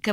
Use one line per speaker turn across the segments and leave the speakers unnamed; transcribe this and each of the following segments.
各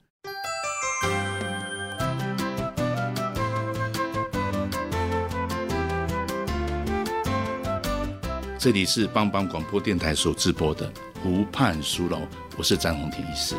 这里是帮帮广播电台所直播的《湖畔书楼》，我是张宏庭医师。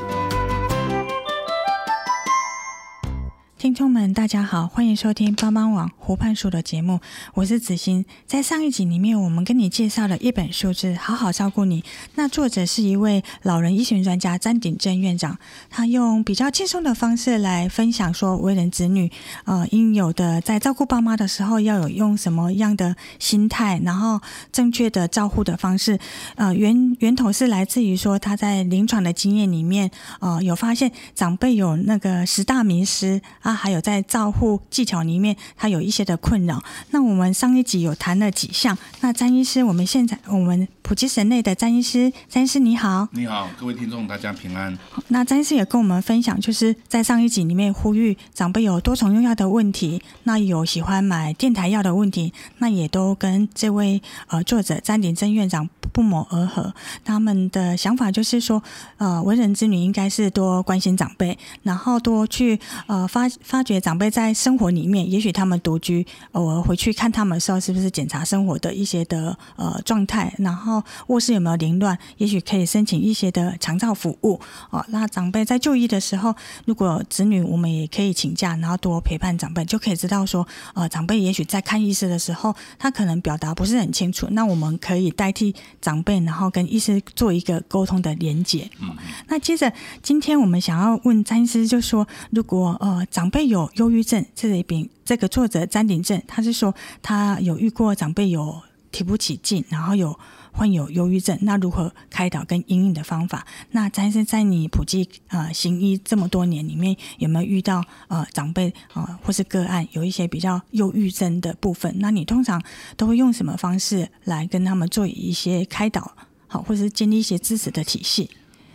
听众们，大家好，欢迎收听帮帮网湖畔书的节目，我是子欣。在上一集里面，我们跟你介绍了一本书是《好好照顾你》，那作者是一位老人医学专家詹鼎正院长，他用比较轻松的方式来分享说，为人子女呃应有的在照顾爸妈的时候要有用什么样的心态，然后正确的照护的方式。呃，源源头是来自于说他在临床的经验里面，呃，有发现长辈有那个十大迷失啊，还有在照护技巧里面，他有一些的困扰。那我们上一集有谈了几项，那詹医师，我们现在我们普及神内的詹医师，詹医师你好。
你好，各位听众，大家平安。
呃那詹医师也跟我们分享，就是在上一集里面呼吁长辈有多重用药的问题，那有喜欢买电台药的问题，那也都跟这位呃作者詹鼎珍院长不谋而合。他们的想法就是说，呃，为人子女应该是多关心长辈，然后多去呃发发掘长辈呃在生活里面，也许他们独居，偶尔回去看他们的时候，是不是检查生活的一些的呃状态，然后卧室有没有凌乱，也许呃可以申请一些的长照服务。哦，那长辈在就医的时候，如果子女我们也可以请假，然后多陪伴长辈，就可以知道说，呃，长辈也许在看医师的时候，他可能表达不是很清楚，那我们可以代替长辈，然后跟医师做一个沟通的连接。
嗯，
那接着，今天我们想要问詹医师，就说如果呃长辈有忧郁症，这里边这个作者詹鼎正，他是说他有遇过长辈有提不起劲，然后有患有忧郁症，那如何开导跟应应的方法？那詹医师在你普及呃行医这么多年里面，有没有遇到呃长辈呃或是个案有一些比较忧郁症的部分？那你通常都会用什么方式来跟他们做一些开导？好，或是建立一些支持的体系。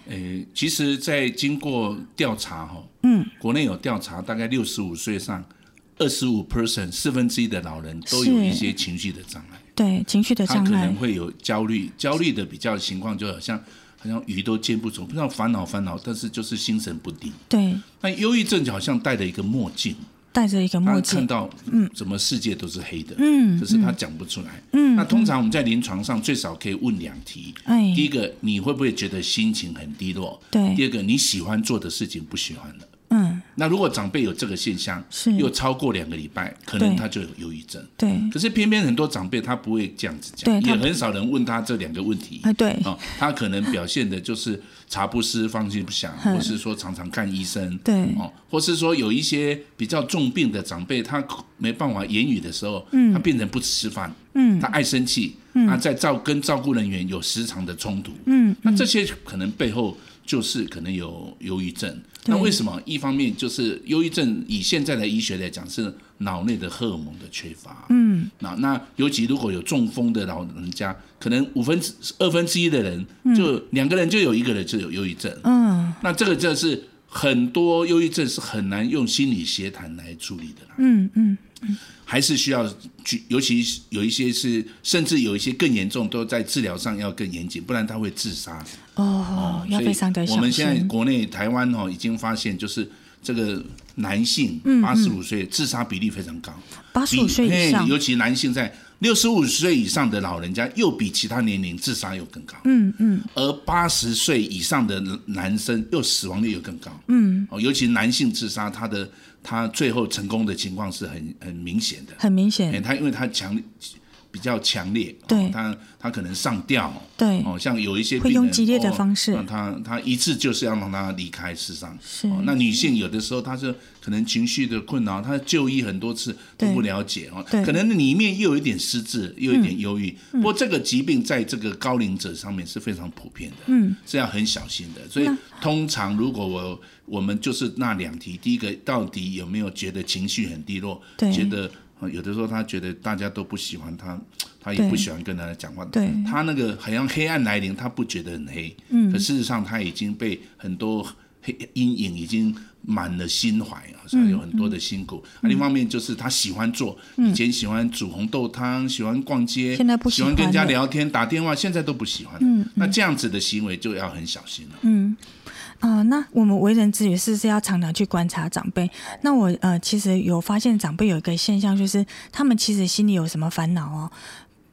诶，其实，在经过调查哈，
嗯，
国内有调查，大概六十五岁上二十五 percent 四分之一的老人都有
是
一些情绪的障碍，
对情绪的
他
障
可
碍
能，会有焦虑，焦虑的比较情况就好像好像鱼都见不着，不知道烦恼烦恼，但是就是心神不定。
对
那忧郁症就好像戴了一个墨镜，
戴着一个
他
墨
看
镜，
到怎么世界都是黑的，
嗯
可是他讲不出来。
嗯
那通常我们在临床上最少可以问两题，
哎
第一个你会不会觉得心情很低落？
对
第二个你喜欢做的事情不喜欢了。
嗯，
那如果长辈有这个现象，
是
又超过两个礼拜，可能
对
他就有忧郁症。
对，
可是偏偏很多长辈他不会这样子讲
对，他
也
不
很少人问他这两个问题。
啊对，
哦，他可能表现的就是茶不思饭不想，
嗯
或是说常常看医生，
对
哦，或是说有一些比较重病的长辈，他没办法言语的时候，他变成不吃饭，
嗯
他爱生气，他在照跟照顾人员有时常的冲突，
嗯，
那这些可能背后就是可能有忧郁症。那为什么？一方面就是忧郁症，以现在的医学来讲，是脑内的荷尔蒙的缺乏。嗯，那那尤其如果有中风的老人家，可能五分之二分之一的人，就两个人就有一个人就有忧郁症。
嗯
那这个就是很多忧郁症是很难用心理协谈来处理的啦。
嗯嗯，
还是需要去，尤其有一些是，甚至有一些更严重，都在治疗上要更严谨，不然他会自杀。
哦，要
所以
非常的小
我们现在
心，
国内台湾哦，已经发现就是这个男性
嗯
八十五岁自杀比例非常高，
八十五
比
岁以上
嘿，尤其男性在六十五岁以上的老人家，又比其他年龄自杀又更高。
嗯嗯，
而八十岁以上的男生又死亡率又更高。
嗯，
哦，尤其男性自杀，他的他最后成功的情况是很很明显的。
很明
哎，
显，
他因为他强比较强烈，哦
对
他他可能上吊。
对，
哦，像有一些
会
病
用
人
激烈的
哦
方式
那他他一次就是要让他离开世上。
是
哦那女性有的时候她是可能情绪的困扰，她就医很多次都
对
不了解哦，
对嗯
可能里面又有一点失智，又有一点忧郁。不过这个疾病在这个高龄者上面是非常普遍的，
嗯，
是要很小心的。所以
那
通常如果我我们就是那两题，第一个到底有没有觉得情绪很低落，
对
觉得啊有的时候他觉得大家都不喜欢他，他也
对
不喜欢跟大家讲话。
对
他那个好像黑暗来临，他不觉得很黑，
嗯
可事实上他已经被很多黑阴影已经满了心怀啊，所以有很多的辛苦。
嗯
啊，另一方面就是他喜欢做，以前喜欢煮红豆汤，喜欢逛街，
现在不喜
喜
欢
欢跟人家
了
聊天、打电话，现在都不喜欢。嗯，那这样子的行为就要很小心了。
嗯啊、那我们为人子女是不是要常常去观察长辈？那我呃，其实有发现长辈有一个现象，就是他们其实心里有什么烦恼哦，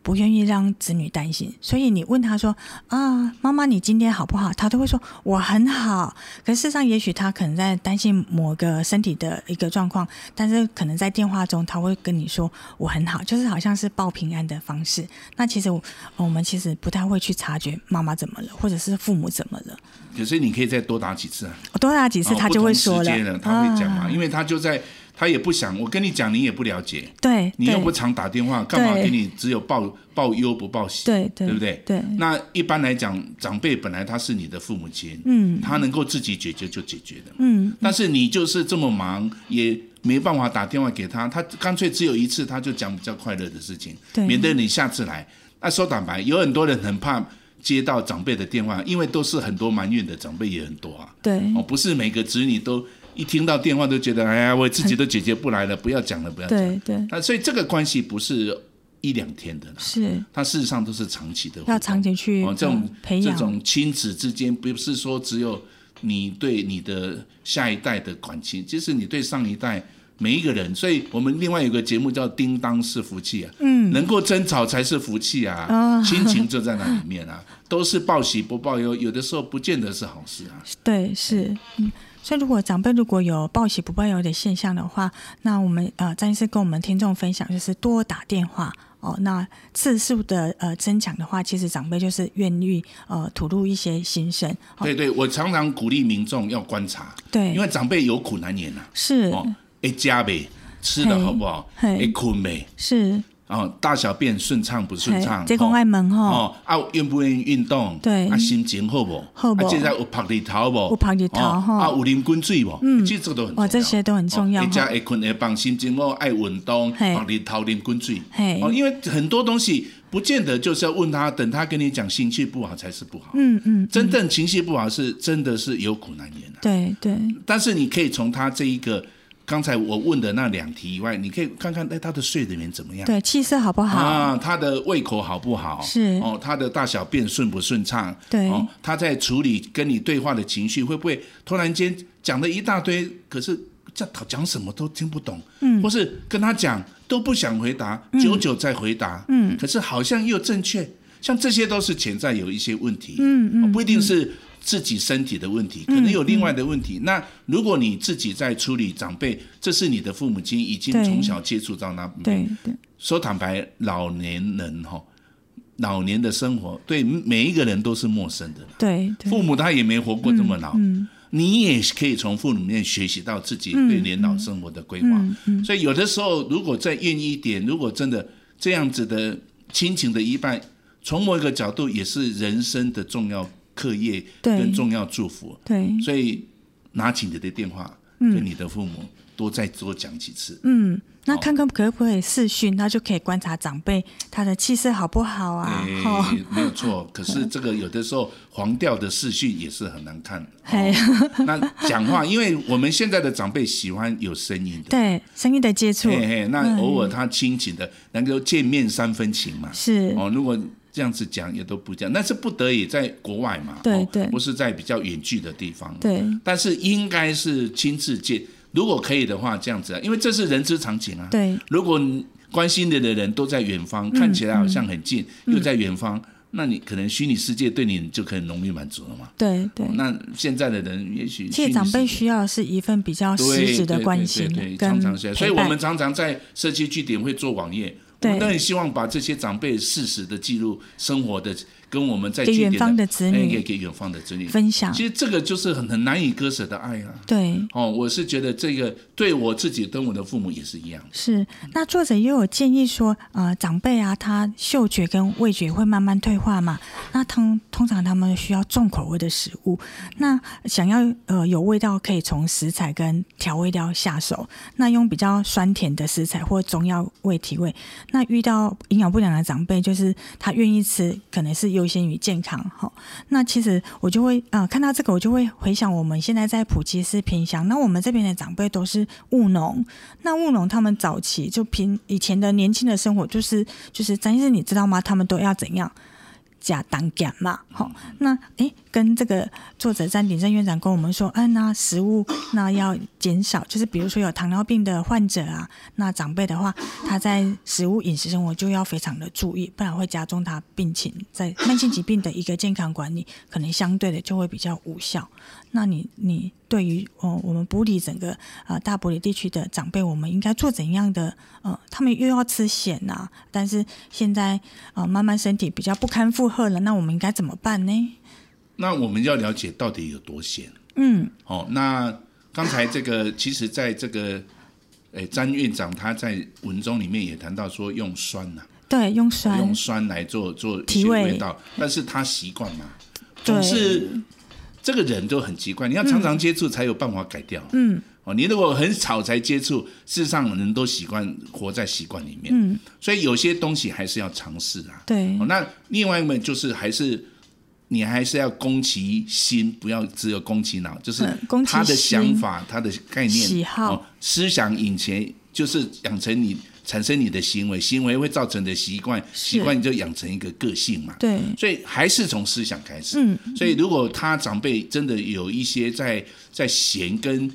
不愿意让子女担心。所以你问他说啊，妈妈你今天好不好？他都会说我很好。可事实上，也许他可能在担心某个身体的一个状况，但是可能在电话中他会跟你说我很好，就是好像是报平安的方式。那其实我呃我们其实不太会去察觉妈妈怎么了，或者是父母怎么了。
可是你可以再多打几次啊，
我多打几次
然后
他就会说
不同时间
了，
他会讲嘛，
啊
因为他就在，他也不想我跟你讲，你也不了解，
对，
你又
对
不常打电话，干嘛给
对
你只有报报忧不报喜？
对对
对不对？
对
那一般来讲，长辈本来他是你的父母亲，
嗯
他能够自己解决就解决的嘛。
嗯
但是你就是这么忙，也没办法打电话给他，他干脆只有一次，他就讲比较快乐的事情，
对
免得你下次来。那说坦白，有很多人很怕接到长辈的电话，因为都是很多埋怨的长辈也很多啊。
对
哦，不是每个子女都一听到电话都觉得，哎呀，我自己都解决不来了，不要讲了，不要讲了。
对对
那所以这个关系不是一两天的啦，
是
它事实上都是长期的互动，
要长期去
哦，这种
呃培养
这种亲子之间，不是说只有你对你的下一代的感情，就是你对上一代每一个人。所以我们另外有个节目叫《叮当是福气》啊，嗯，能够争吵才是福气啊，亲情就在那里面啊，都是报喜不报忧，有的时候不见得是好事啊。
对是嗯。所以，如果长辈如果有报喜不报忧的现象的话，那我们呃，张医师跟我们听众分享就是多打电话哦。那次数的呃增强的话，其实长辈就是愿意呃吐露一些心声。哦、
对对，我常常鼓励民众要观察，
对
因为长辈有苦难言啊，
是、
哦，哎家呗，吃的好不好，
嘿嘿
哎困呗。
是，
哦，大小便顺畅不顺畅？
这公爱门吼，
哦啊，愿不愿意运动？
对
啊，心情好不？
好不
啊，现在有晒日头不？
有晒日头
哦
吼
啊，有啉滚水不？嗯，这都很重要
哇这些都很重要
哦
吼
会食会困会放，心情好，爱运动，哦
嘿
晒日头啉滚水。
嘿
哦，因为很多东西不见得就是要问他，等他跟你讲情绪不好才是不好。
嗯嗯，
真正情绪不好是真的是有苦难言啊。
对对
但是你可以从他这一个刚才我问的那两题以外，你可以看看哎他的睡眠怎么样。
对，气色好不好？
啊，他的胃口好不好？
是
哦，他的大小便顺不顺畅？
对
哦，他在处理跟你对话的情绪，会不会突然间讲了一大堆，可是这讲什么都听不懂？嗯，或是跟他讲都不想回答，久久再回答，嗯，可是好像又正确，像这些都是潜在有一些问题，嗯嗯，不一定是。自己身体的问题，可能有另外的问题。那如果你自己在处理长辈，这是你的父母亲已经
对
从小接触到那边
对对
说坦白，老年人哈、老年的生活对每一个人都是陌生的。
对对，嗯
父母他也没活过这么老，你也可以从父母里面学习到自己对年老生活的规划。
嗯
所以有的时候，如果再愿意一点，如果真的这样子的亲情的一半，从某一个角度也是人生的重要课业
对
跟重要祝福。
对
所以拿起你的电话，跟你的父母多再多讲几次。
嗯，那看看可不可以视讯，那就可以观察长辈他的气色好不好啊？
哎
哈、
没有错。可是这个有的时候黄调的视讯也是很难看的。
嘿
那讲话，因为我们现在的长辈喜欢有声音的，
对，生意的接触
嘿嘿，那偶尔他亲情的，能够见面三分情嘛。
是、
哦，如果这样子讲也都不讲，那是不得已在国外嘛，
对
哦
对
不是在比较远距的地方，
对
但是应该是亲自见，如果可以的话，这样子、啊，因为这是人之常情啊。
对，
如果你关心你的人都在远
嗯
方，看起来好像很近，又在远方，那你可能虚拟世界对你就很容易满足了嘛。
对对。
哦那现在的人也许
其
虚
实
拟
长
世界
辈需要的是一份比较
对
实质的
对
关
对
心
对对
跟
常
陪
常
伴
是，啊所以我们常常在社区据点会做网页，我
对
们都很希望把这些长辈事实的记录、生活的跟我们在
给
据
远
点
方的子
哎给
女
给远方的子女。
分享
其，实这个就是很很难以割舍的爱啊。
对。
哦，我是觉得这个对我自己跟我的父母也是一样的。
是，那作者又有建议说，呃，长辈啊，他嗅觉跟味觉会慢慢退化嘛，那通通常他们需要重口味的食物，那想要呃有味道，可以从食材跟调味料下手，那用比较酸甜的食材或中药味提味。那遇到营养不良的长辈，就是他愿意吃，可能是优先于健康哈。那其实我就会啊、呃看到这个，我就会回想我们现在在普及市偏乡，那我们这边的长辈都是务农，那务农他们早期就凭以前的年轻的生活，就是就是张先生，你知道吗？他们都要怎样？假当干嘛？好、那诶，跟这个作者詹鼎正院长跟我们说，嗯、那食物那要减少，就是比如说有糖尿病的患者啊，那长辈的话，他在食物饮食生活就要非常的注意，不然会加重他病情，在慢性疾病的一个健康管理，可能相对的就会比较无效。那你你对于哦，我们补里整个呃大埔里地区的长辈，我们应该做怎样的？呃，他们又要吃咸呐、但是现在呃慢慢身体比较不堪负荷了，那我们应该怎么办呢？
那我们要了解到底有多咸。
嗯，
哦，那刚才这个， 其实在这个，诶，詹院长他在文中里面也谈到说用酸呐、
对，用酸，
哦用酸来做做一
提
些
味
味道，但是他习惯嘛，
对
总是这个人都很奇怪，你要常常接触才有办法改掉。
嗯，
哦，你如果很少才接触，事实上人都习惯活在习惯里面，
嗯，
所以有些东西还是要尝试啊。
对
哦，那另外一个就是还是你还是要攻其心，不要只有攻其脑，就是
嗯攻其
他的
心
想法、他的概念、
喜好
哦、思想引前，就是养成你产生你的行为，行为会造成你的习惯，习惯就养成一个个性嘛。
对，
所以还是从思想开始。
嗯，
所以如果他长辈真的有一些在在咸跟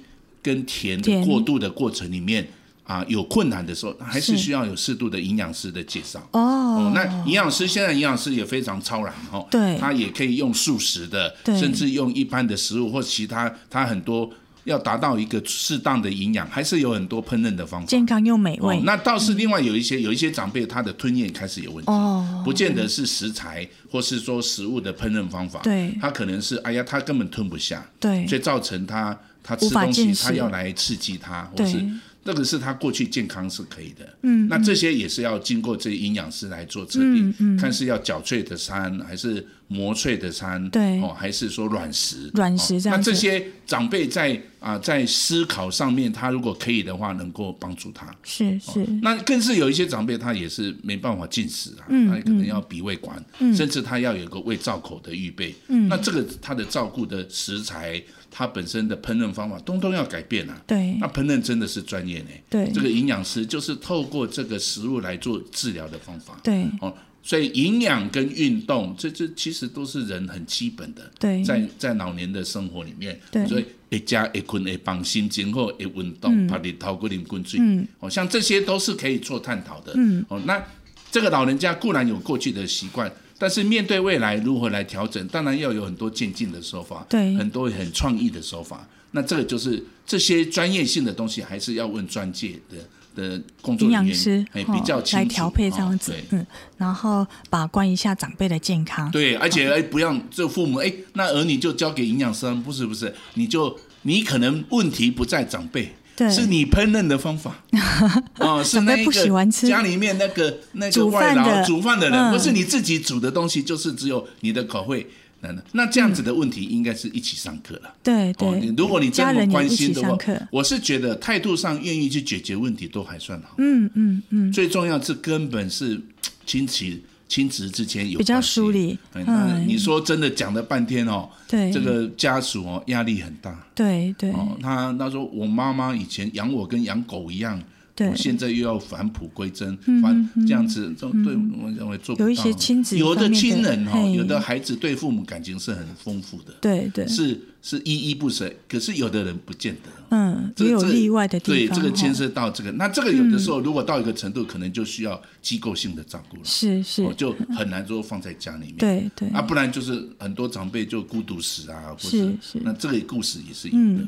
跟甜的
甜
过渡的过程里面啊、有困难的时候，还是
是
需要有适度的营养师的介绍。
哦
哦，，那营养师现在营养师也非常超然哦，
对
他也可以用素食的，
对
甚至用一般的食物或其他，他很多要达到一个适当的营养，还是有很多烹饪的方法。
健康又美
哦
味，，
那倒是另外有一些有一些长辈他的吞咽开始有问题，
哦
不见得是食材或是说食物的烹饪方法，
对
他可能是哎呀他根本吞不下，
对，
所以造成他他
无
吃
法
东西
进食
他要来刺激他，或
对
是这个是他过去健康是可以的，嗯，那这些也是要经过这营养师来做测
嗯
定，看是要绞碎的餐还是磨碎的餐，
对
哦，还是说软食，
软食
哦
这样
那这
子
些长辈在啊、在思考上面，他如果可以的话，能够帮助他，
是是，
那更是有一些长辈，他也是没办法进食啊，他可能要鼻胃管，甚至他要有个胃造口的预备。那这个他的照顾的食材，他本身的烹饪方法，通通要改变啊。
对
那烹饪真的是专业呢、
对
这个营养师就是透过这个食物来做治疗的方法。
对
哦，所以营养跟运动，这这其实都是人很基本的。
对，
在在老年的生活里面，
对嗯
所以会家会困会放心情后会运动，把你头骨灵滚水，哦，像这些都是可以做探讨的，嗯，哦，那这个老人家固然有过去的习惯，但是面对未来如何来调整，当然要有很多渐进的手法，
对
很多很创意的手法，那这个就是这些专业性的东西，还是要问专界的。的工作人
营养
员
师
哎，
哦
比较清楚
来调配这样
哦
子
对，
嗯，然后把关一下长辈的健 康，
对，而且哎，不要这父母哎，那儿女就交给营养师啊，不是不是，你就你可能问题不在长辈，
对
是你烹饪的方法 哦，是
长辈
那一
不喜欢
个
吃
家里面那个那个
煮
外
饭的
劳煮饭的人，
嗯
不是你自己煮的东西，就是只有你的口味。那那这样子的问题应该是一起上课了。
对
哦，你
嗯对，
如果你这
家
么
人也
关
一起
心的
上
话
课，，
我是觉得态度上愿意去解决问题都还算好。
嗯嗯嗯，
最重要是根本是亲戚亲子之间有
比较
关系
疏离
哎那
嗯
你说真的讲了半天哦，
对
这个家属哦压力很大
对对
哦。他他说我妈妈以前养我跟养狗一样，
对嗯
我，现在又要返璞归真，返这样子，这对我认为做不到。
有一些亲子
有
方
的
面的
亲人哦，
嘿
有的孩子对父母感情是很丰富的，
对对，
是是依依不舍，可是有的人不见得。哦
嗯，
这
也有
这
例外的地
对，
方，
这个牵
哦
涉到这个，那这个有的时候如果到一个程度，可能就需要机构性的照顾了，
是是
哦，就很难说放在家里面。
对对
啊，不然就是很多长辈就孤独死啊，或
是是嗯
那这个故事也是有的。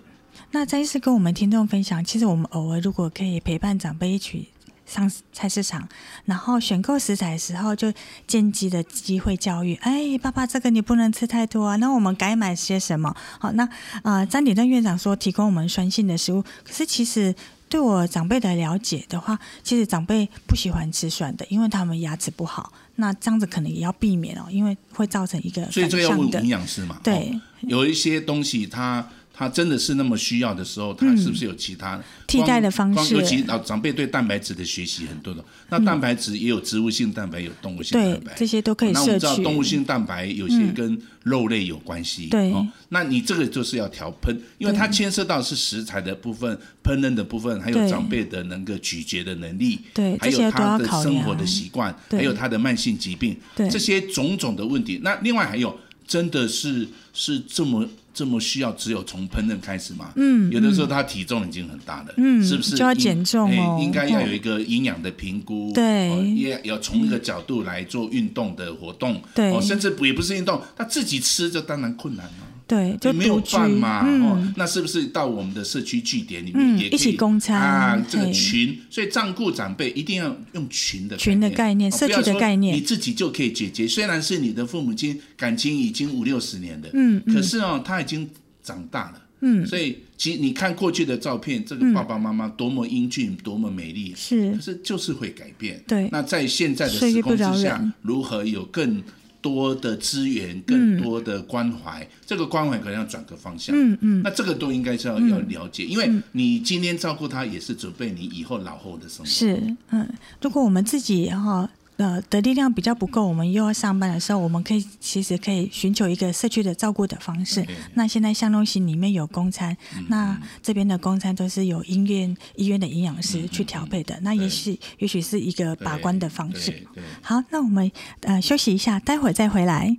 那张医师跟我们听众分享，其实我们偶尔如果可以陪伴长辈一起上菜市场，然后选购食材的时候就间接的机会教育，哎，爸爸这个你不能吃太多啊，那我们该买些什么？好，那啊，詹鼎正院长说提供我们酸性的食物，可是其实。对我长辈的了解的话，其实长辈不喜欢吃蒜的，因为他们牙齿不好。那这样子可能也要避免哦，因为会造成一个
所以
反
这个要问
向的
营。养师嘛。
对
哦有一些东西它它真的是那么需要的时候，它是不是有其他、
嗯替代的方式嗯
光尤其老长辈对蛋白质的学习很多的，那蛋白质也有植物性蛋白，有动物性
对
蛋白，
这些都可以
哦那我们
摄
知道
取
动物性蛋白有些跟肉类有关系，
对
哦。那你这个就是要调烹，因为它牵涉到是食材的部分、烹饪的部分，还有
对
长辈的能够咀嚼的能力，
对
还
这些
有
都
他
要
的
考
生活的
量
习惯，
对
还有他的慢性疾病，
对
这些种种的问题。那另外还有，真的是是这么这么需要只有从烹饪开始吗？嗯，有的时候他体重已经很大了，
嗯
是不是
就要
应
减重哦
哎应该要有一个营养的评估，
对
哦也要从一个角度来做运动的活动，
对
哦，甚至不也不是运动，他自己吃这当然困难了。
对，就
没有
独居
办嘛，哦
嗯，，
那是不是到我们的社区据点里面
嗯
也可以
一起共餐
啊？这个
嘿
群，所以照顾长辈一定要用群的
群的概念
哦
社区的
不要说
概念
你自己就可以解决。虽然是你的父母亲感情已经五六十年了，
嗯嗯
可是哦，他已经长大了。
嗯
所以，其实你看过去的照片，这个爸爸妈妈多么英俊，多么美丽，
是
可是就是会改变。
对
那在现在的
岁
时
月不
空之
饶
下
人，
如何有更多的资源、更多的关怀？这个关怀可能要转个方向。
嗯嗯，
那这个都应该是要、要了解，因为你今天照顾他，也是准备你以后老后的生活。
是嗯。如果我们自己哈呃的力量比较不够，我们又要上班的时候，我们可以其实可以寻求一个社区的照顾的方式。
对嗯
那现在巷弄型里面有公餐，那这边的公餐都是由医院医院的营养
嗯
师去调配的，那也许也许是一个把关的方式。
对对
好，那我们呃休息一下，待会儿再回来。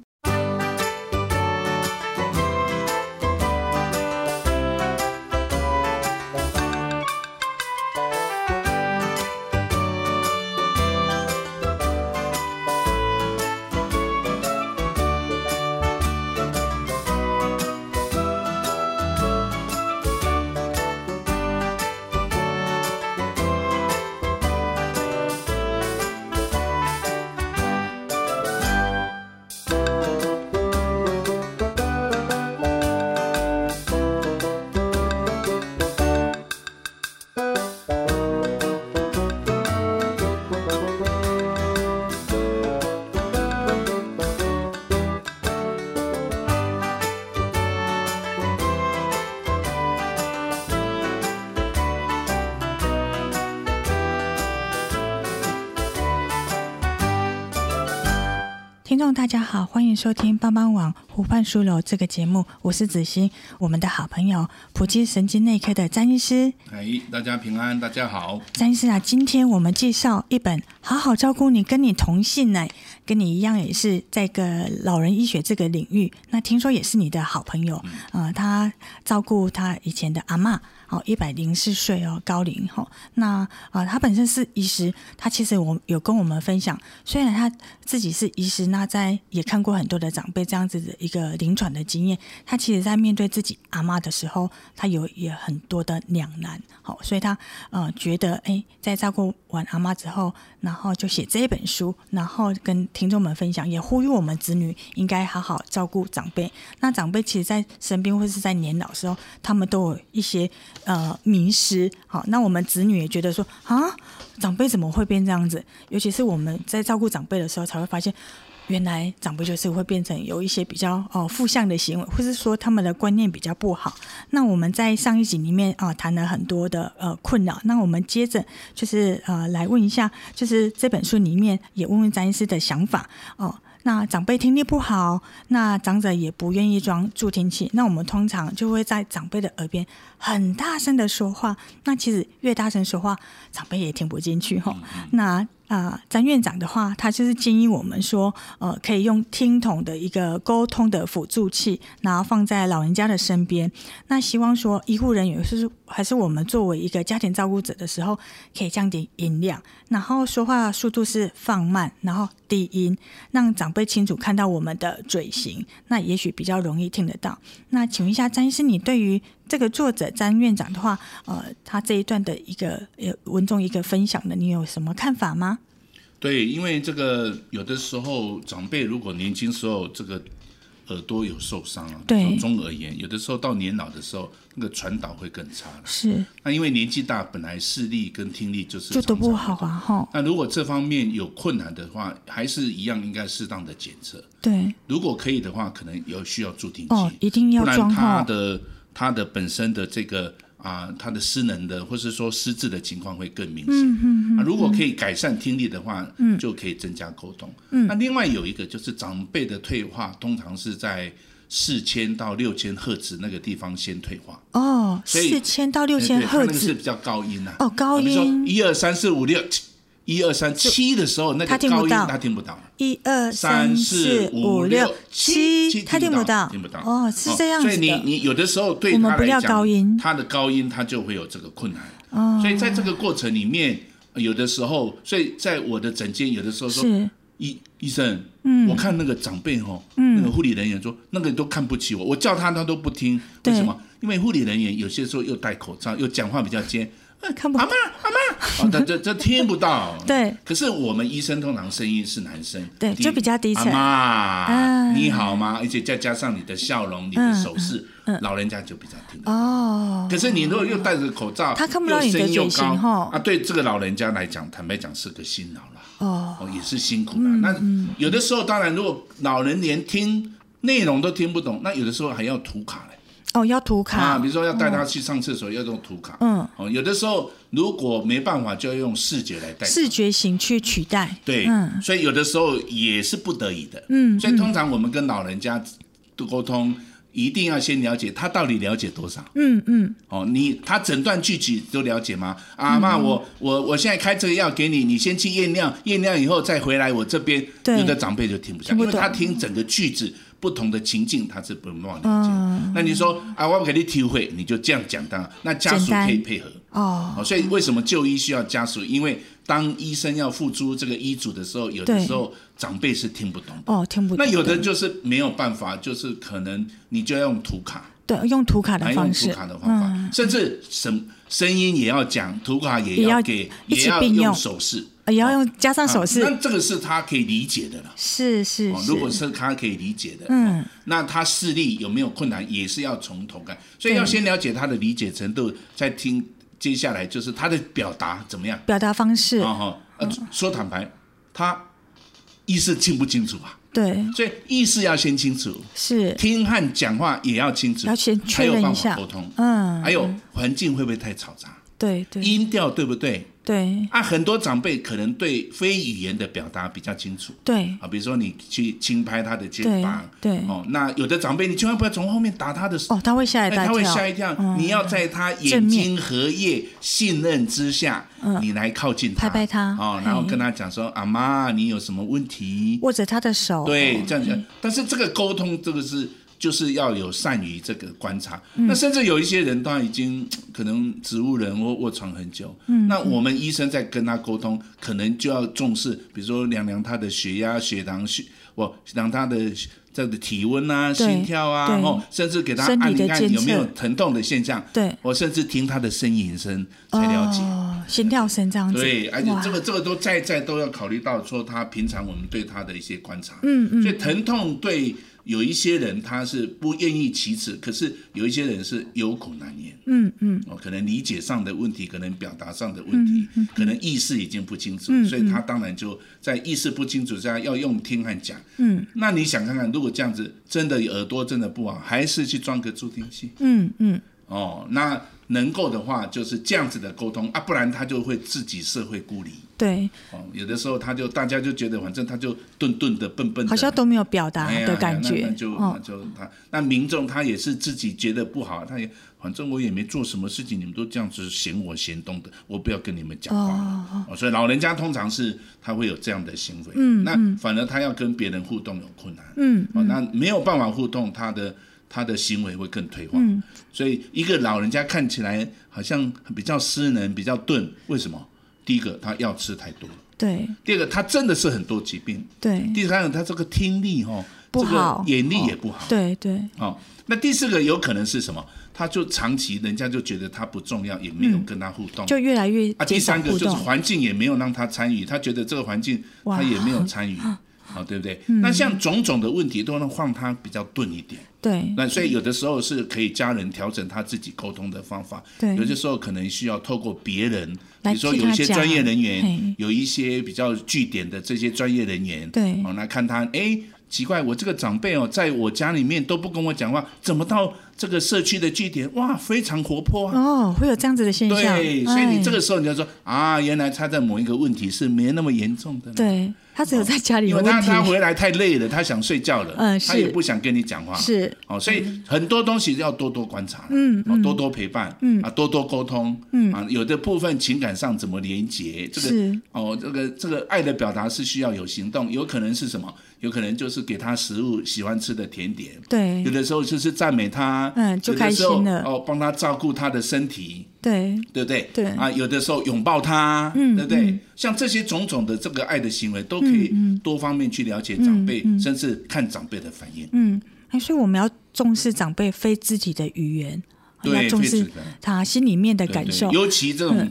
听众大家好，欢迎收听帮帮网湖畔书楼这个节目，我是子欣，我们的好朋友普及神经内科的詹医师。
哎，大家平安，大家好。
詹医师啊，今天我们介绍一本《好好照顾你》，跟你同姓呢，跟你一样也是在个老人医学这个领域。那听说也是你的好朋友，呃，他照顾他以前的阿嬷，哦，一百零四岁哦，高龄哦。那啊、呃他本身是医师，他哦其实我有跟我们分享，虽然他自己是医师，那在也看过很多的长辈这样子的一个临床的经验，他其实在面对自己阿妈的时候，他有也很多的两难，好、所以他呃觉得哎，在照顾完阿妈之后，然后就写这一本书，然后跟听众们分享，也呼吁我们子女应该好好照顾长辈。那长辈其实，在生病或是在年老的时候，他们都有一些呃迷失。好，那我们子女也觉得说啊，长辈怎么会变这样子？尤其是我们在照顾长辈的时候，才会发现。原来长辈就是会变成有一些比较哦负向的行为，或是说他们的观念比较不好。那我们在上一集里面啊、谈了很多的呃困扰，那我们接着就是呃来问一下，就是这本书里面也问问詹医师的想法哦。那长辈听力不好，那长者也不愿意装助听器，那我们通常就会在长辈的耳边很大声的说话。那其实越大声说话，长辈也听不进去哈、那啊、詹院长的话，他就是建议我们说，呃，可以用听筒的一个沟通的辅助器，然后放在老人家的身边。那希望说，医护人员是还是我们作为一个家庭照顾者的时候，可以降低音量，然后说话速度是放慢，然后低音，让长辈清楚看到我们的嘴型，那也许比较容易听得到。那请问一下，詹医师，你对于这个作者詹院长的话，呃，他这一段的一个呃文中一个分享的，你有什么看法吗？
对，因为这个有的时候长辈如果年轻时候这个耳朵有受伤啊，
对
中中耳炎，有的时候到年老的时候，那个传导会更差了。
是，
那因为年纪大，本来视力跟听力就是
就都不
常常
好啊，哈。
那如果这方面有困难的话，还是一样应该适当的检测。
对，
如果可以的话，可能有需要助听器，
哦，一定要
不然
装
他
哈。
的他的本身的这个啊，他的失能的或是说失智的情况会更明显。嗯嗯啊，如果可以改善听力的话，嗯，就可以增加沟通。嗯，那另外有一个就是长辈的退化，通常是在四千到六千赫兹那个地方先退化。
哦，
所以哎
四千到六千
对对它
赫
那个是
兹，
比较高音呐、啊。
哦高音
比如说一二三四五六，一二三七的时候，那
他
个
听不
高音
到
他听不到。
一二
三
四
五
六
七，
他听不到，
听不到。
哦，是这样子
所以你
的。
你有的时候对
我们
他
不
来
要
讲，
高音哦
他的高音他就会有这个困难。所以在这个过程里面，有的时候，所以在我的诊间，有的时候说
是，
医医生，
嗯
我看那个长辈哦，
嗯
那个护理人员说那个都看不起我，我叫他他都不听，为
对
什么？因为护理人员有些时候又戴口罩，又讲话比较尖，哎
看不。
阿妈阿妈，哦，这这这听不到
对。
可是我们医生通常声音是男生，
对
低
就比较低沉
阿妈，
嗯
你好吗？而且再加上你的笑容、你的手势，
嗯
老人家就比较听得。
哦，
可是你如果又戴着口罩，
他看不到
又
你的
声音又
嘴型
高
吼
啊，对这个老人家来讲，坦白讲是个辛劳了。
哦，嗯
哦，也是辛苦啦。那有的时候，当然，如果老人连听内容都听不懂，那有的时候还要涂卡嘞。
哦，要涂
啊，
卡
比，如说要带他去上厕所，要用涂卡。
嗯，
哦，有的时候如果没办法，就要用视觉来代替。
视觉型去取代。
对，
嗯
所以有的时候也是不得已的。
嗯
所以通常我们跟老人家沟通，一定要先了解他到底了解多少。
嗯嗯，
哦，你他诊断具体都了解吗？啊，那
嗯
我我我现在开这个药给你，你先去验尿，验尿以后再回来我这边。
对
有的长辈就听不下，
听不
因
懂
为他听整个句子不同的情境，他是不能了解。
嗯
那你说啊，我给你体会，你就这样讲的，那家
简
属
单
可以配合。
哦，
哦，所以为什么就医需要家属？因为当医生要付出这个医嘱的时候，有
对
的时候长辈是听不懂的。
哦，听不
那
懂。
有的就是没有办法，就是可能你就要用图卡，
对，用涂卡的
来啊用
方
图
式
卡的方法，甚至声声音也要讲，图卡也
嗯也要
要给，
一
也
起
要
并用
用手势，
呃也要用加上手
啊那
势。
这个是他可以理解的啦。
是是
哦，
是
如，果是他可以理解的，
嗯
哦，那他视力有没有困难，也是要从头看，所以
对
要先了解他的理解程度，再听接下来就是他的表达怎么样。
表达方式
啊哈，呃，说坦白，他意识清不清楚啊？
对
所以意识要先清楚，
是，
听和讲话也要清楚，
要先确认一
才有办
下
法沟通。
嗯，
还有环境会不会太嘈杂？
对对
音调对不对？
对
啊，很多长辈可能对非语言的表达比较清楚
对
啊，比如说你去轻拍他的肩膀，
对对
哦，那有的长辈你千万不要从后面打他的手，
哦，他会吓一
哎
大
他会吓
跳，
一跳。
嗯
你要在他
正
眼
面
睛荷叶信任之下，你来靠近他，
嗯拍拍他
哦，然后
嘿
跟他讲说：“阿妈，你有什么问题
握着他的？”手，
对，这样
嗯
讲。但是这个沟通，这个是就是要有善于这个观察。
嗯
那甚至有一些人他已经嗯可能植物人或卧床很久，
嗯
那我们医生在跟他沟通，可能就要重视，比如说量量他的血压、血糖、血，我量他的。这个体温啊，
对
心跳啊，
对
哦，甚至给他
生理
按
的
一按
监
有没有
测
疼痛的现象，
对
我甚至听他的呻吟声才了解。
哦，心跳声这样子，
对，而且
哇
这个这个都在在都要考虑到说他平常我们对他的一些观察，
嗯嗯
所以疼痛对有一些人他是不愿意启齿，可是有一些人是有苦难言
嗯嗯，
哦，可能理解上的问题，可能表达上的问题，可能意识已经不清
嗯
楚，所以他当然就在意识不清楚下要用听和讲，
嗯，
那你想看看，如果这样子真的耳朵真的不好，还是去装个助听器，
嗯嗯，
哦，那能够的话就是这样子的沟通啊，不然他就会自己社会孤立。
对，
哦，有的时候他就大家就觉得反正他就顿顿的笨笨的，
好像都没有表达
哎呀
啊的感
哎呀那
觉
那，就那
哦，
就他那民众他也是自己觉得不好，他也反正我也没做什么事情，你们都这样子嫌我嫌东的，我不要跟你们讲话了。哦所以老人家通常是他会有这样的行为，嗯，那反而他要跟别人互动有困难，
嗯，
哦，那没有办法互动，他的他的行为会更退化。
嗯
所以一个老人家看起来好像比较失能、比较钝，为什么？第一个他药吃太多了，
对
第二个他真的是很多疾病，
对
第三个他这个听力哦，
不好
这个眼力也不好。
对对，
哦，那第四个有可能是什么？他就长期人家就觉得他不重要，也没有跟他互动。
就越来越
啊，
减
第
少
三个
互
就是
动。
环境也没有让他参与，他觉得这个环境
哇嗯
他也没有 参与，好对不对？那像种种的问题都能让他比较钝一点。
对
那所以有的时候是可以家人调整他自己沟通的方法，
对
有些时候可能需要透过别人，比
来
如说
替
有
他
一些
讲
专业人
嘿
员，有一些比较据点的这些专业人员，
对
哦，那看他，哎，奇怪，我这个长辈哦，在我家里面都不跟我讲话，怎么到这个社区的据点，哇，非常活泼啊。
哦，会有这样子的现象。
对，所以你
哎
这个时候你就说啊，原来他在某一个问题是没那么严重的呢，
对他只有在家里
因
有
为他
问题，
他回来太累了，他想睡觉了，
嗯
他
是
也不想跟你讲话，
是
哦，所以
嗯
很多东西要多多观察，嗯，哦，多多陪伴，嗯啊，多多沟通，嗯啊，有的部分情感上怎么连接，这个
是
哦，这个这个爱的表达是需要有行动，有可能是什么？有可能就是给他食物，喜欢吃的甜点，
对
有的时候就是赞美他，
嗯就
有的时候
开心了
哦，帮他照顾他的身体，
对
对不对？
对
啊，有的时候拥抱他，
嗯
对不对
嗯？
像这些种种的这个爱的行为，都可以多方面去了解长辈，甚至看长辈的反应。
嗯，哎，所以我们要重视长辈非肢体的语言，
对
要重
非肢
视
体的
他心里面的
对
感
对
受。嗯
尤其这种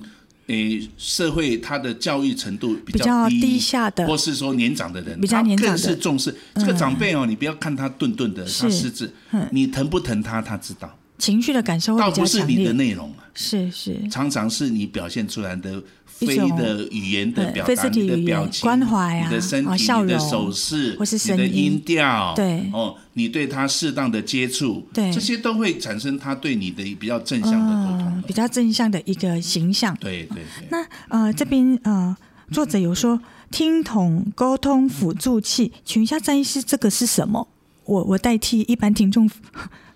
诶社会他的教育程度比
比较
低
低下的
或是说年长的人，
比较年长的嗯
他更是重视这个长辈哦。你不要看他顿顿的，他
是
失智
嗯，
你疼不疼他，他知道，
情绪的感受会
倒
比较
不是
强
你的
烈。
内容啊。
是是，
常常是你表现出来的
一
非
种
的语言的
呃
表
非
达，
肢体
你的
语言
表情、
关怀啊
你的身体、
啊笑
你的
容
手势，
或是
你的
声音
音调，
对
哦，你对他适当的接触，
对
这些都会产生他对你的比较正向的沟通
嗯
了。，
比较正向的一个形象。
对对对，
那呃，这边呃，作者有说听筒沟通辅助器，请问一下张医师，这个是什么？我我代替一般听众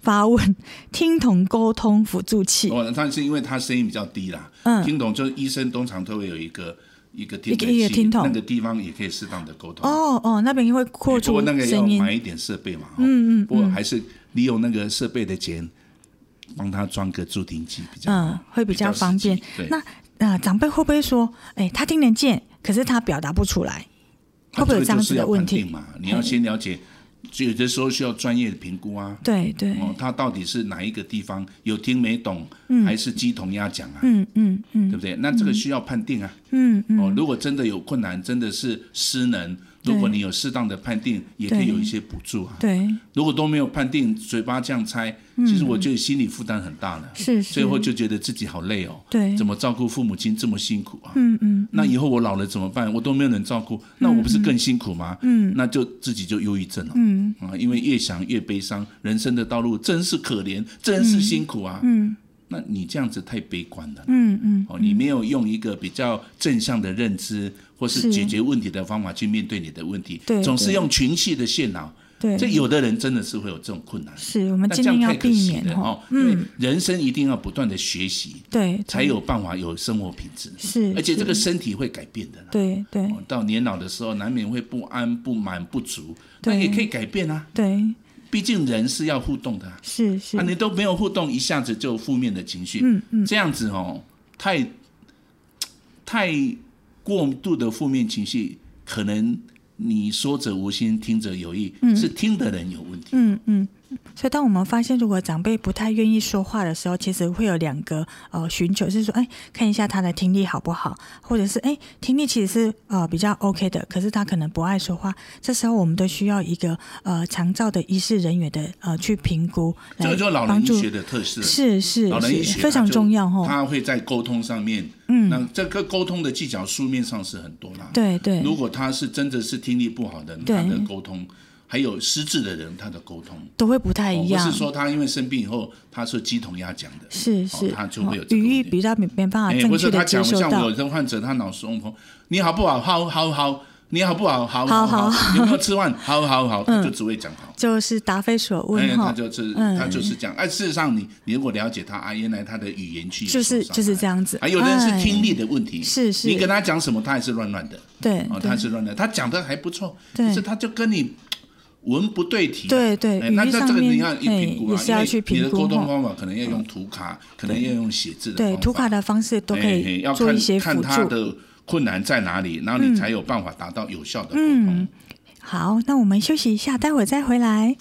发问，听筒沟通辅助器，
哦，但是因为他声音比较低啦，
嗯
听懂就是医生通常都会有一个一个听
一个
诊
一个
器
听筒
那个地方也可以适当的沟通。
哦哦，那边会
不
扩
过
出
那个要
声音
买一点设备嘛，嗯嗯，不过还是利用那个设备的钱，帮他装个助听器比较好
嗯，会比较方便
比较实际。对
那呃，长辈会不会说，哎，他听得见，可是他表达不出来？会不会有这样子的问
啊这
题
个就是要判定？嘛？你要先了解，有的时候需要专业的评估啊。
对对，
哦，他到底是哪一个地方有听没懂，还是鸡同鸭讲啊？
嗯嗯嗯
对不对？那这个需要判定啊。
嗯嗯，
哦，如果真的有困难，真的是失能，如果你有适当的判定，也可以
对
有一些补助啊。
对，
如果都没有判定，嘴巴这样猜，其实我觉得心理负担很大了。
嗯是
最
是，
后就觉得自己好累哦，
对
怎么照顾父母亲这么辛苦啊？
嗯嗯
那以后我老了怎么办？我都没有人照顾，那我不是更辛苦吗？嗯，那就自己就忧郁症了。嗯啊，因为越想越悲伤，人生的道路真是可怜，真是辛苦啊。
嗯
那你这样子太悲观了。
嗯嗯，
哦，你没有用一个比较正向的认知或是
是
解决问题的方法去面对你的问题，
对
总是
对
用群戏的线脑。
对，
这有的人真的是会有这种困难，
是我们
那这
尽量
样
要
太可
避
惜
免
了哦
哦。。
因为
嗯，
人生一定要不断的学习，
对，
才有办法有生活品质。
嗯是，
而且这个
是
身体会改变的啦。
对对
哦到年老的时候，难免会不安、不满、不足，那
对
也可以改变啊。
对，
毕竟人是要互动的啊，
是是
啊，你都没有互动，一下子就有负面的情绪，
嗯嗯
这样子哦，太太过度的负面情绪，可能你说者无心，听者有意，是听的人有问题。
嗯嗯。所以，当我们发现如果长辈不太愿意说话的时候，其实会有两个呃寻求，是说，哎，看一下他的听力好不好，或者是哎，听力其实是呃比较 OK 的，可是他可能不爱说话。这时候，我们都需要一个呃长照的医师人员的呃去评估，
这
来
个就是老
帮
人
助
医学的特色，
是是
老人医学
是非常重要
哦，
哦。
他会在沟通上面，嗯，那这个沟通的技巧书面上是很多啦，
对对，
如果他是真的是听力不好的人，
对
他的沟通，还有失智的人，他的沟通，
都会不太
哦
一
不
样。
是说他因为生病以后，他是鸡同鸭讲的，
是是，
他就会有
哦
这个
语
问
义
题
比较没没办法
哎，
正
不
确
是
的
他
接
讲，
收
像
到
我。有的患者，他脑中风，你好不好？好好好，你好不好？好
好嗯好
好，有没有吃饭？好好好，他就只会讲好。
就是答非所
哎，
问
他
哈，
就是
嗯
他就是讲，哎，事实上你你如果了解他啊，原来他的语言区
就是就是这
样。
样子。
啊，有的人是
哎
听力的问题，
是是
你跟他讲什么，他还是乱乱的。
对
哦，，
对
他是乱的，他讲的还不错，
对
可是他就跟你文不对题。
对对
哎
语义
那这
上
这个
面
你要一评
哎
估啊，
也是要
因为
去评
你的
估
沟通
哈嗯
方法可能要用图卡，可能要用写字的方
对
法。
图卡的方式都可
哎哎
以
要
做一
看
些
看
辅
他
助。嗯
的困难在哪里，然后你才有办法达到有效的沟通。
好，那我们休息一下，待会儿再回来。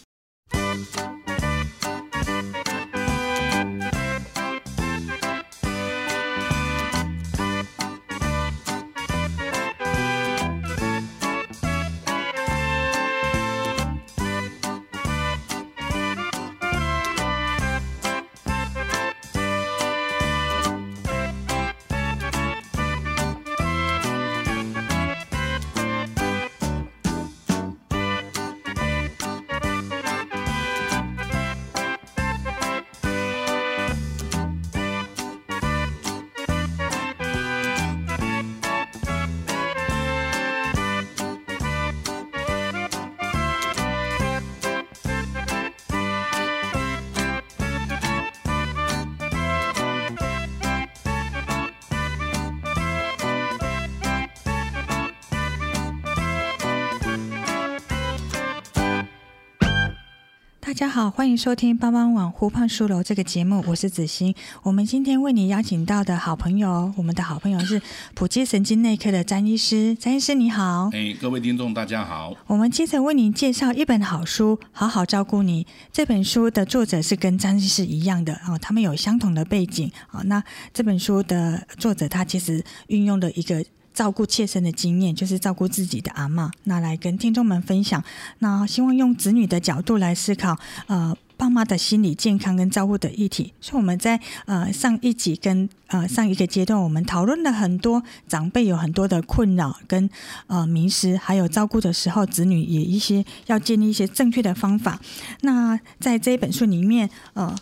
大家好，欢迎收听帮帮网湖畔书楼这个节目，我是子欣。我们今天为你邀请到的好朋友，我们的好朋友是普及神经内科的詹医师。詹医师你好，
哎，各位听众大家好，
我们接着为您介绍一本好书《好好照顾你》。这本书的作者是跟张医师一样的哦，他们有相同的背景哦。那这本书的作者他其实运用了一个。照顾切身的经验，就是照顾自己的阿嬷，那来跟听众们分享。那希望用子女的角度来思考，呃，爸妈的心理健康跟照顾的议题。所以我们在呃上一集跟呃上一个阶段，我们讨论了很多长辈有很多的困扰跟呃迷失，还有照顾的时候，子女也一些要建立一些正确的方法。那在这一本书里面，呃。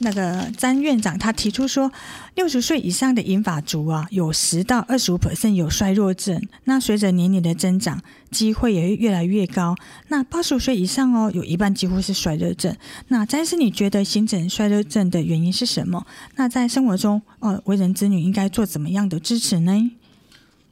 那个詹院长他提出说，六十岁以上的银发族啊，有十到二十五 percent 有衰弱症。那随着年龄的增长，机会也会越来越高。那八十五岁以上哦，有一半几乎是衰弱症。那詹师，你觉得形成衰弱症的原因是什么？那在生活中，呃，为人子女应该做怎么样的支持呢？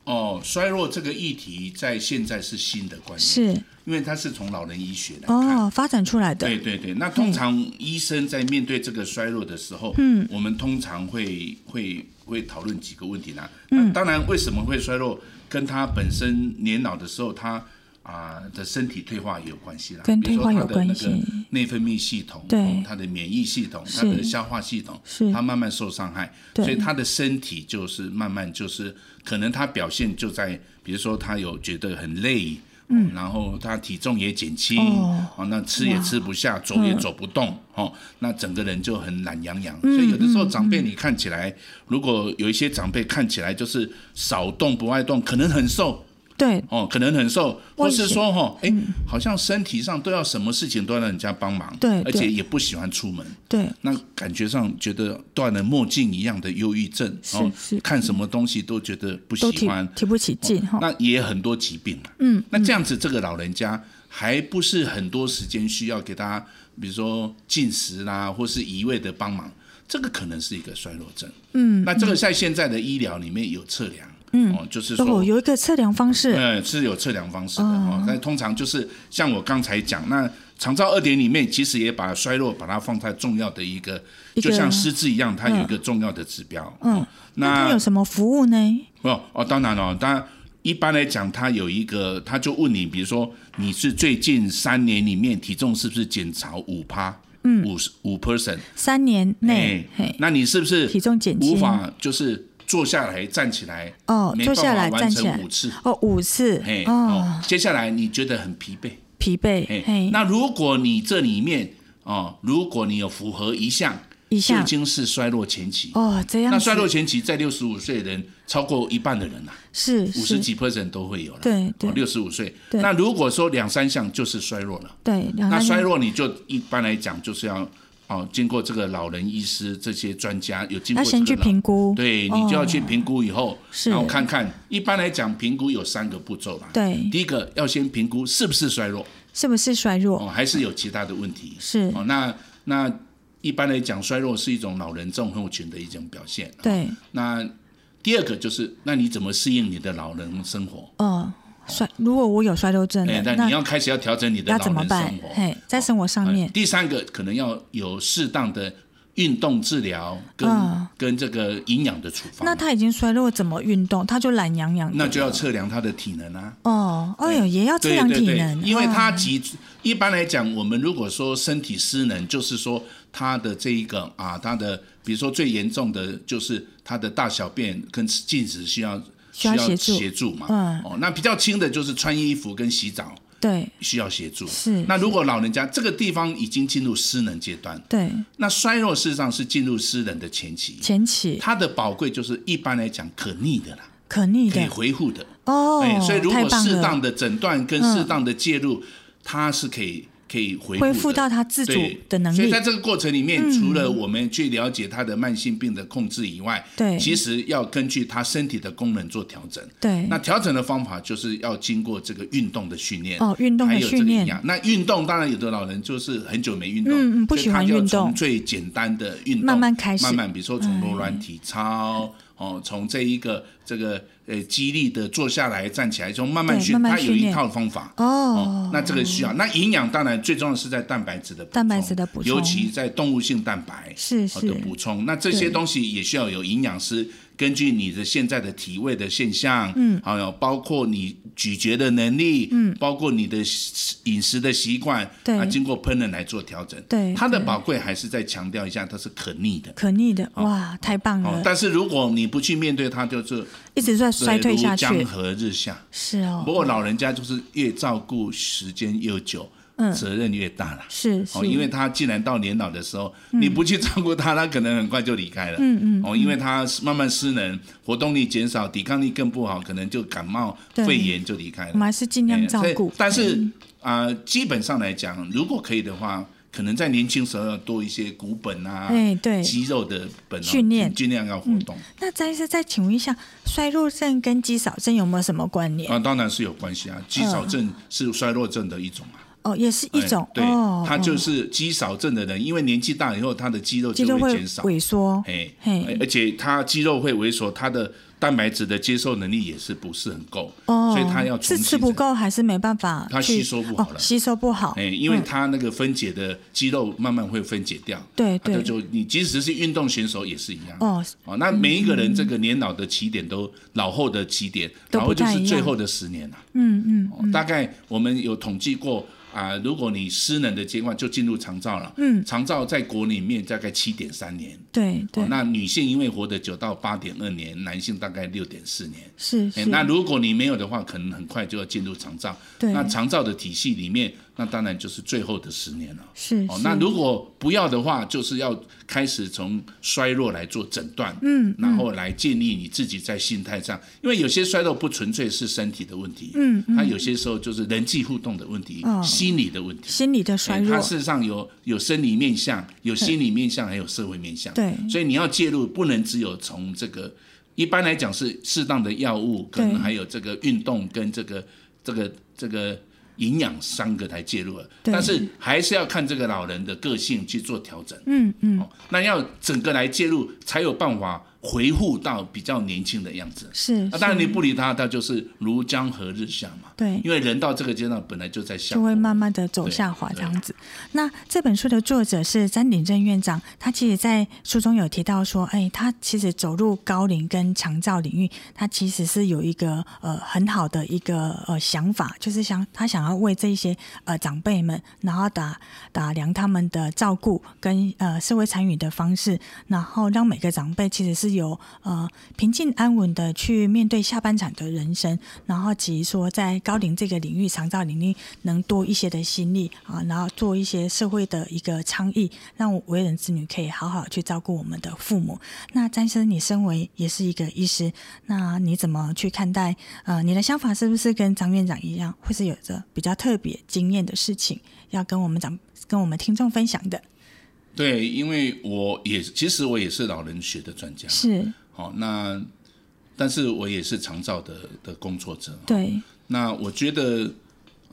哦，衰弱这个议题在现在是新的观念，
是
因为它是从老人医学来看。
哦，发展出来的
对对对，那通常医生在面对这个衰弱的时候，嗯，我们通常会会会讨论几个问题啦。嗯，当然为什么会衰弱，跟他本身年老的时候他啊、的身体退化也有关系啦，
跟
比如说
退化
他的
有
那
关
个
系
内分泌系统，
对
哦他的免疫系统，
是
他的消化系统，
是
他慢慢受伤害，
对
所以他的身体就是慢慢就是可能他表现就在，比如说他有觉得很累。嗯，然后他体重也减轻，
哦
哦，那吃也吃不下，走
嗯
也走不动，哦，那整个人就很懒洋洋。所以有的
嗯
时候长辈你看起来，如果有一些长辈看起来就是少动不爱动，可能很瘦，
对
哦，可能很瘦，
我
或
以前嗯
是说哈，哎、好像身体上都要什么事情都要让人家帮忙，
对
而
对
且也不喜欢出门，
对
那感觉上觉得戴了墨镜一样的忧郁症，
是
哦
是，
看什么东西都觉得不
都
喜
提
欢，
提不起劲哈、
哦那也很多疾病嘛。嗯，那这样子，这个老人家还不是很多时间需要给他，比如说进食啦，或是一味的帮忙，这个可能是一个衰弱症。嗯，那这个在现在的医疗里面有测量，嗯，哦，就是说
哦，有一个测量方式，
呃，是有测量方式的哦。但通常就是像我刚才讲，那长照二点里面其实也把衰弱把它放在重要的一个，
一个
就像失智一样，它有一个重要的指标。
嗯
哦，
那它有什么服务呢？
哦哦，当然了、当然一般来讲，他有一个，他就问你，比如说你是最近三年里面体重是不是减少五趴，嗯，五五 percent 哎
三年内，嘿
那你是不是
体重减轻
无法就是坐下来站起来
哦
没
坐下来
办法完
站起来
成五次，
哦，五次
嘿，
哦
哦，，接下来你觉得很疲惫，
疲惫，
哎
嘿，，
那如果你这里面哦，如果你有符合一项，
一
就已
项
经是衰落前期。
哦，这样
那
子
衰落前期在六十五岁的人，超过一半的人呐、啊
是
五十
是
几 percent 都会有了。哦
对对
六十五岁。
对啊
那如果说两三项就是衰弱了，
对，两
那
三
衰弱你就一般来讲就是要哦，经过这个老人医师这些专家有经
要
过这个
先去
老
评估，
对你就要去
哦
评估以后，
是
然后看看。一般来讲，评估有三个步骤啦。
对
第一个要先评估是不是衰弱，
是不是衰
哦，
弱？
还是有其他的问题。
是
哦，那那一般来讲，衰弱是一种老人症候群的一种表现。哦
对，
那第二个就是，那你怎么适应你的老人生活？
哦，衰，如果我有衰弱症
哎
的，，
那你要开始要调整你的
要
老
怎么
人
办
生活？？哦
嘿，在生活上
哎
面，
第三个可能要有适当的运动治疗跟、
嗯
跟这个营养的处方。
那他已经衰弱，怎么运动？他就懒洋洋的。
那就要测量他的体能啊。
哦，哎呦，也要测
对
量
对
体
对
能，，
因为他
哦
脊一般来讲，我们如果说身体失能，就是说他的这一个啊，他的比如说最严重的就是他的大小便跟进食需要
需要协助
协助嘛，
嗯
哦，那比较轻的就是穿衣服跟洗澡
对
需要协助。
是
那如果老人家这个地方已经进入失能阶段，
对
那衰弱事实上是进入失能的前期，
前期
它的宝贵就是一般来讲可逆的啦，
可逆
可以
的
恢复的。
哦
哎，，所以如
太
果
棒
适
了嗯
当的诊断跟适当的介入，它是可以可以恢
恢
复
复
的
到他自主
对
的能
所以
力嗯
在，这个过程里面，除了我们去了解他的慢性病的控制以外，
对
其实要根据他身体的功能做调整。
对
那调整的方法就是要经过这个运动的训练
哦运动的
还有这个
训练
营养那运动当然有的老人就是很久没运动，
嗯嗯不
所以
喜欢
他就
运动
从最简单的运动
慢慢开始哎
慢慢比如说从柔软体操，哦，从这一个这个呃激励的坐下来站起来，从慢慢
对
训，
慢慢
他有
训
一
练
套方法。
哦，
那这个需要，那营养当然最重要的是在蛋白质的补充
蛋白质的补充
尤其在动物性蛋白
是
呃的
是
补充。那这些
对
东西也需要有营养师根据你的现在的体位的现象，嗯，还有包括你咀嚼的能力，嗯，包括你的食饮食的习惯，
对
啊，经过烹饪来做调整。
对
它的
对
宝贵还是再强调一下，它是可逆的。
可逆的哇，太棒
哦
了，，
但是如果你不去面对它，就是
一直在衰退
如
下
江
去，
河日下。
是
不
哦，
过老人家就是越照顾时间越久，责任越大了。
是
哦，
是，嗯
因为他既然到年老的时候，你不去照顾他，他可能很快就离开了。嗯嗯。哦，因为他慢慢失能，活动力减少，抵抗力更不好，可能就感冒、
对
肺炎就离开了。
我们还是尽量
哎
照
所以
顾，嗯
但是啊、呃基本上来讲，如果可以的话，可能在年轻时候要多一些骨本啊，
哎对
肌肉的本、啊、
训练嗯
尽量要活动、
那再是再请问一下，衰弱症跟肌少症有没有什么关联？
啊，当然是有关系啊。肌少症是衰弱症的一种啊。
哦，也是一种
哎，对
哦，，
他就
哦
是肌少症的人，因为年纪大以后，他的肌肉
肌
就
肉
会
会
减少，
萎缩，
哎，
嘿
而且他肌肉会萎缩，他的蛋白质的接受能力也是不是很够，
哦，
所以他要重
是
新
吃不。够还是没办法去？
它吸收不好了
哦，吸收不好，
哎，因为
嗯
他那个分解的肌肉慢慢会分解掉，
对
它
对
就就你即使是运动选手也是一样。
哦，嗯
哦，那每一个人这个年老的起点都老后的起点，
都
老
不
后就
太一样
是最后的十年了、
嗯嗯，
哦大概我们有统计过啊、如果你失能的阶段就进入长照了，
嗯
长照在国里面大概七点三年，
对对
哦，，那女性因为活得九到八点二年，男性大概六点四年。
是
哎
是，
那如果你没有的话，可能很快就要进入长照。
对
那长照的体系里面，那当然就是最后的十年了。
是
哦
是，
那如果不要的话，就是要开始从衰弱来做诊断，嗯，然后来建立你自己在心态上，因为有些衰弱不纯粹是身体的问题，嗯，它有些时候就是人际互动的问题，
哦
心理的问题。
心理的衰
哎它
弱，
事实上有有生理面向，有心理面向，还有社会面向。
对
所以你要介入，不能只有从这个，一般来讲是适当的药物，可
对
能还有这个运动跟这个这个这个营养三个来介入了。
对
但是还是要看这个老人的个性去做调整。
嗯嗯，
哦，那要整个来介入，才有办法回复到比较年轻的样子。
是，
那当然
是
你不理他，他就是如江河日下嘛。
对
因为人到这个阶段本来就在下
就会
坡
慢慢的走
对
下滑这
对
样子。那这本书的作者是詹鼎正院长，他其实在书中有提到说，哎，他其实走入高龄跟长照领域，他其实是有一个呃很好的一个呃想法，就是想他想要为这些呃长辈们，然后打打量他们的照顾跟呃社会参与的方式，然后让每个长辈其实是有呃平静安稳的去面对下半场的人生，然后及说在高龄这个领域、长照领域能多一些的心力啊，然后做一些社会的一个倡议，让我为人子女可以好好去照顾我们的父母。那詹生，你身为也是一个医师，那你怎么去看待？呃，你的想法是不是跟张院长一样，会是有着比较特别经验的事情要跟我们长跟我们听众分享的？
对，因为我也其实我也是老人学的专家，
是
好、那，但是我也是长照的的工作者。
对，
那我觉得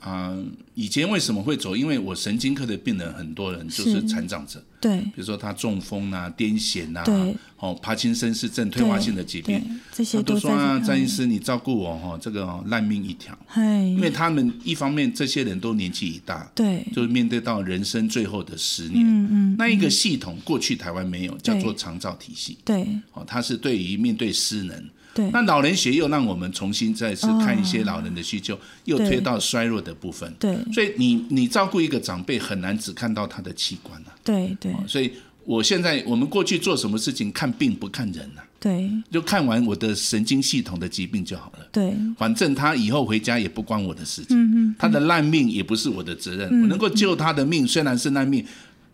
啊、以前为什么会走？因为我神经科的病人很多人就是
是
残障者，
对
比如说他中风啊、癫痫啊
对、
哦帕金森氏症、退化性的疾
对
病，，他
这些
都
都
说
在
啊，
嗯
张医师你照顾我哈、哦，这个、哦、烂命一条。因为
嘿，
他们一方面这些人都年纪已大，
对，
就是面对到人生最后的十年，
嗯嗯，
那一个系统过去台湾没有，叫做
对
长照体系。
对
哦，它是对于面对失能，
对
那老人学又让我们重新再
哦
次看一些老人的需求，又推到衰弱的部分。
对
所以你你照顾一个长辈很难只看到他的器官啊。
对对
哦所以我现在我们过去做什么事情看病不看人啊，
对
就看完我的神经系统的疾病就好了。
对，
反正他以后回家也不关我的事
嗯
情，他的烂命也不是我的责任，我能够救他的命虽然是烂命，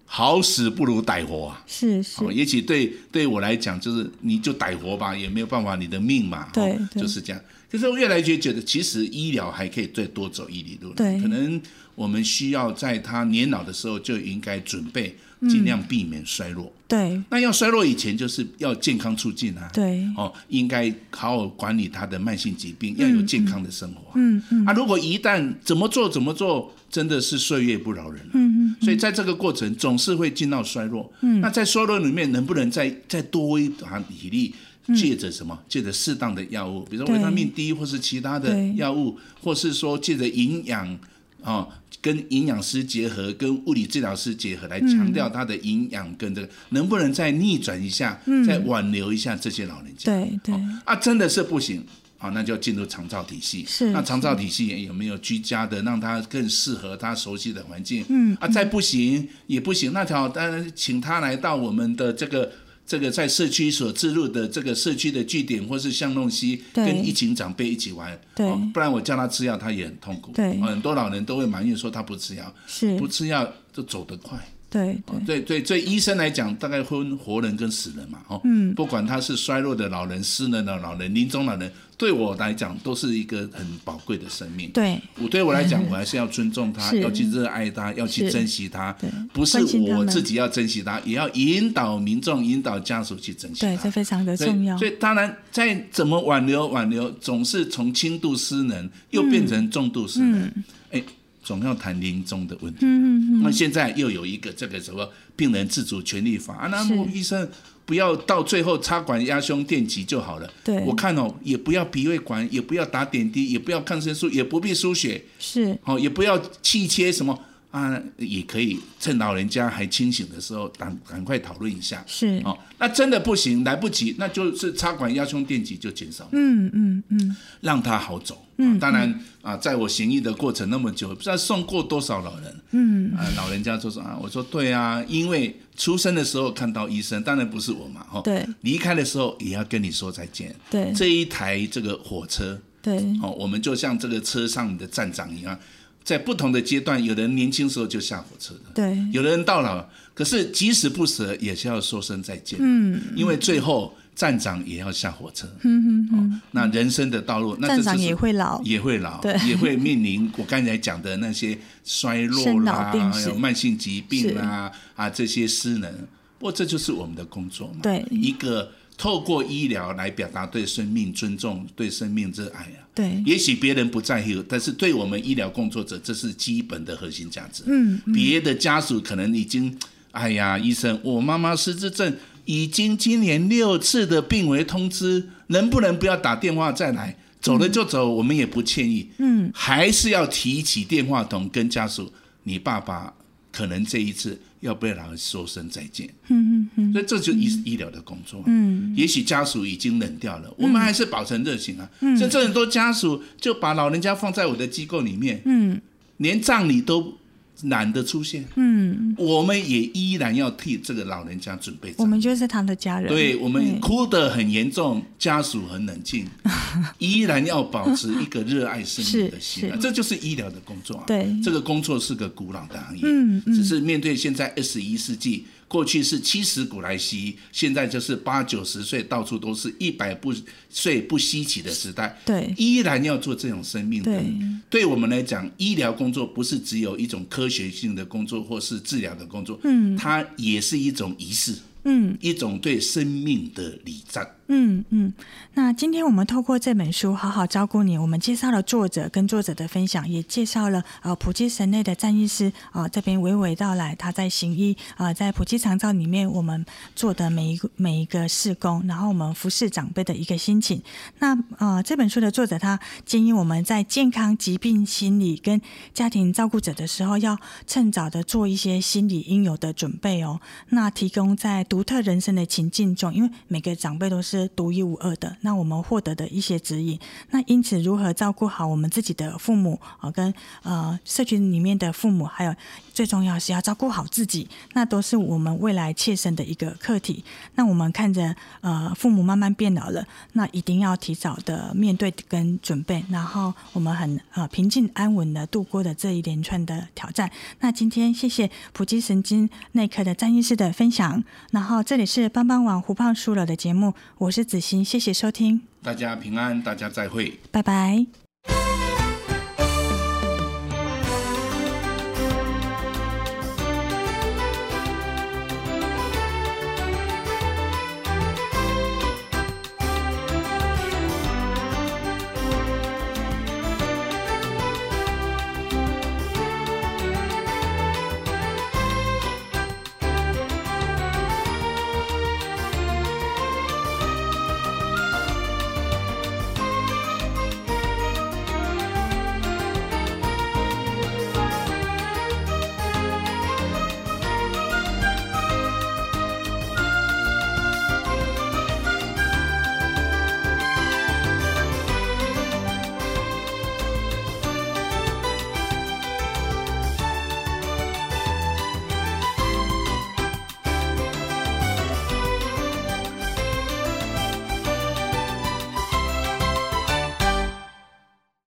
好死不如歹活啊！
是是
哦，，也许对对我来讲，就是你就歹活吧，也没有办法，你的命嘛，哦
对对
就是这样。可是我越来越觉得，其实医疗还可以再多走一里路，
对
可能我们需要在他年老的时候就应该准备，
嗯
尽量避免衰弱。
对
那要衰弱以前，就是要健康促进啊，
对
哦，应该好好管理他的慢性疾病，要有健康的生活啊、嗯。嗯啊，如果一旦怎么做怎么做，真的是岁月不饶人、嗯嗯。所以在这个过程，总是会进到衰弱。嗯。那在衰弱里面，能不能再再多一行体力？借着什么？借着适当的药物，比如说
对
维他命 D 或是其他的
对
药物，或是说借着营养哦，跟营养师结合，跟物理治疗师结合，来强调他的营养跟这个、能不能再逆转一下，再挽留一下这些老人家。
对对
啊，真的是不行。好，那就进入长照体系。
是
那长照体系有没有居家的，让他更适合他熟悉的环境？嗯，啊，再不行也不行，那条当然请他来到我们的这个这个在社区所置入的这个社区的据点，或是巷弄西，
对
跟一群长辈一起玩。
对
哦不然我叫他吃药，他也很痛苦。
对
哦很多老人都会埋怨说他不吃药，
是
不，哦吃药就走得快。
对对
对对，对医生来讲，大概分活人跟死人嘛，哦，嗯，不管他是衰弱的老人、失能的老人、临终老人，对我来讲都是一个很宝贵的生命。
对
我对我来 讲，我还是要尊重他，
是
要去热爱他，要去
是
珍惜他
对，
不是
关心他
我
们
自己要珍惜他，也要引导民众、引导家属去珍惜
对，
他
这。非常的
所以
重要
所。以当然，在怎么挽留挽留，总是从轻度失能又变成重度失能，
嗯
哎、总要谈临终的问题。嗯嗯那现在又有一个这个什么病人自主权利法啊，那
是
么医生不要到最后插管压胸电击就好了。
对
我看哦，也不要鼻胃管，也不要打点滴，也不要抗生素，也不必输血，
是
哦，也不要气切什么。啊，也可以趁老人家还清醒的时候，赶赶快讨论一下。
是，
哦，那真的不行，来不及，那就是插管压胸电极就减少，
嗯嗯嗯，
让他好走。嗯，当然啊，在我行医的过程那么久，不知道送过多少老人。嗯，啊，老人家就说啊，我说对啊，因为出生的时候看到医生，当然不是我嘛，哈、哦，
对
离开的时候也要跟你说再见。
对
这一台这个火车，
对
哦，我们就像这个车上的站长一样，在不同的阶段，有人年轻时候就下火车的，
对
有的人到老，可是即使不舍，也是要说声再见。嗯，因为最后站长也要下火车。嗯嗯、哦，那人生的道路，那这就
站
是
长也会老，
也会老
对，
也会面临我刚才讲的那些衰落
生
啦
老，病
还
死
有慢性疾病啦，啊这些失能。不过这就是我们的工作嘛，
对
一个透过医疗来表达对生命尊重、对生命热爱啊。
对
也许别人不在乎，但是对我们医疗工作者，这是基本的核心价值。嗯，别的家属可能已经，哎呀，医生，我妈妈失智症已经今年六次的病危通知，能不能不要打电话再来？走了就走，我们也不歉意。嗯，还是要提起电话筒跟家属，你爸爸可能这一次要被老人说声再见。所以这就是医医疗的工作、嗯，也许家属已经冷掉了，我们还是保存热情啊。嗯，甚至很多家属就把老人家放在我的机构里面，嗯，连葬礼都懒得出现，嗯，我们也依然要替这个老人家准备
我
葬礼。
们就是他的家人。
对我们
对
哭得很严重，家属很冷 静，依然要保持一个热爱生命的心、啊
是，是
这就是医疗的工作、啊。
对
这个工作是个古老的行业，嗯，只是面对现在二十一世纪，过去是七十古来稀，现在就是八九十岁，到处都是一百不岁不稀奇的时代。
对
依然要做这种生命的
对。
对我们来讲，医疗工作不是只有一种科学性的工作或是治疗的工作，嗯，它也是一种仪式，嗯，一种对生命的礼赞，
嗯嗯，那今天我们透过这本书《好好照顾你》，我们介绍了作者跟作者的分享，也介绍了呃普济神内的战医师啊、呃、这边娓娓道来他在行医啊、呃、在普济长照里面我们做的每一个每一个事工，然后我们服侍长辈的一个心情。那呃这本书的作者他建议我们在健康、疾病、心理跟家庭照顾者的时候，要趁早的做一些心理应有的准备哦。那提供在独特人生的情境中，因为每个长辈都是。独一无二的，那我们获得的一些指引。那因此，如何照顾好我们自己的父母啊、呃，跟呃社群里面的父母，还有最重要是要照顾好自己，那都是我们未来切身的一个课题。那我们看着呃父母慢慢变老了，那一定要提早的面对跟准备，然后我们很呃平静安稳的度过的这一连串的挑战。那今天谢谢普及神经内科的詹医师的分享，然后这里是帮帮网湖胖叔了的节目，我是。子欣，谢谢收听，
大家平安，大家再会，
拜拜。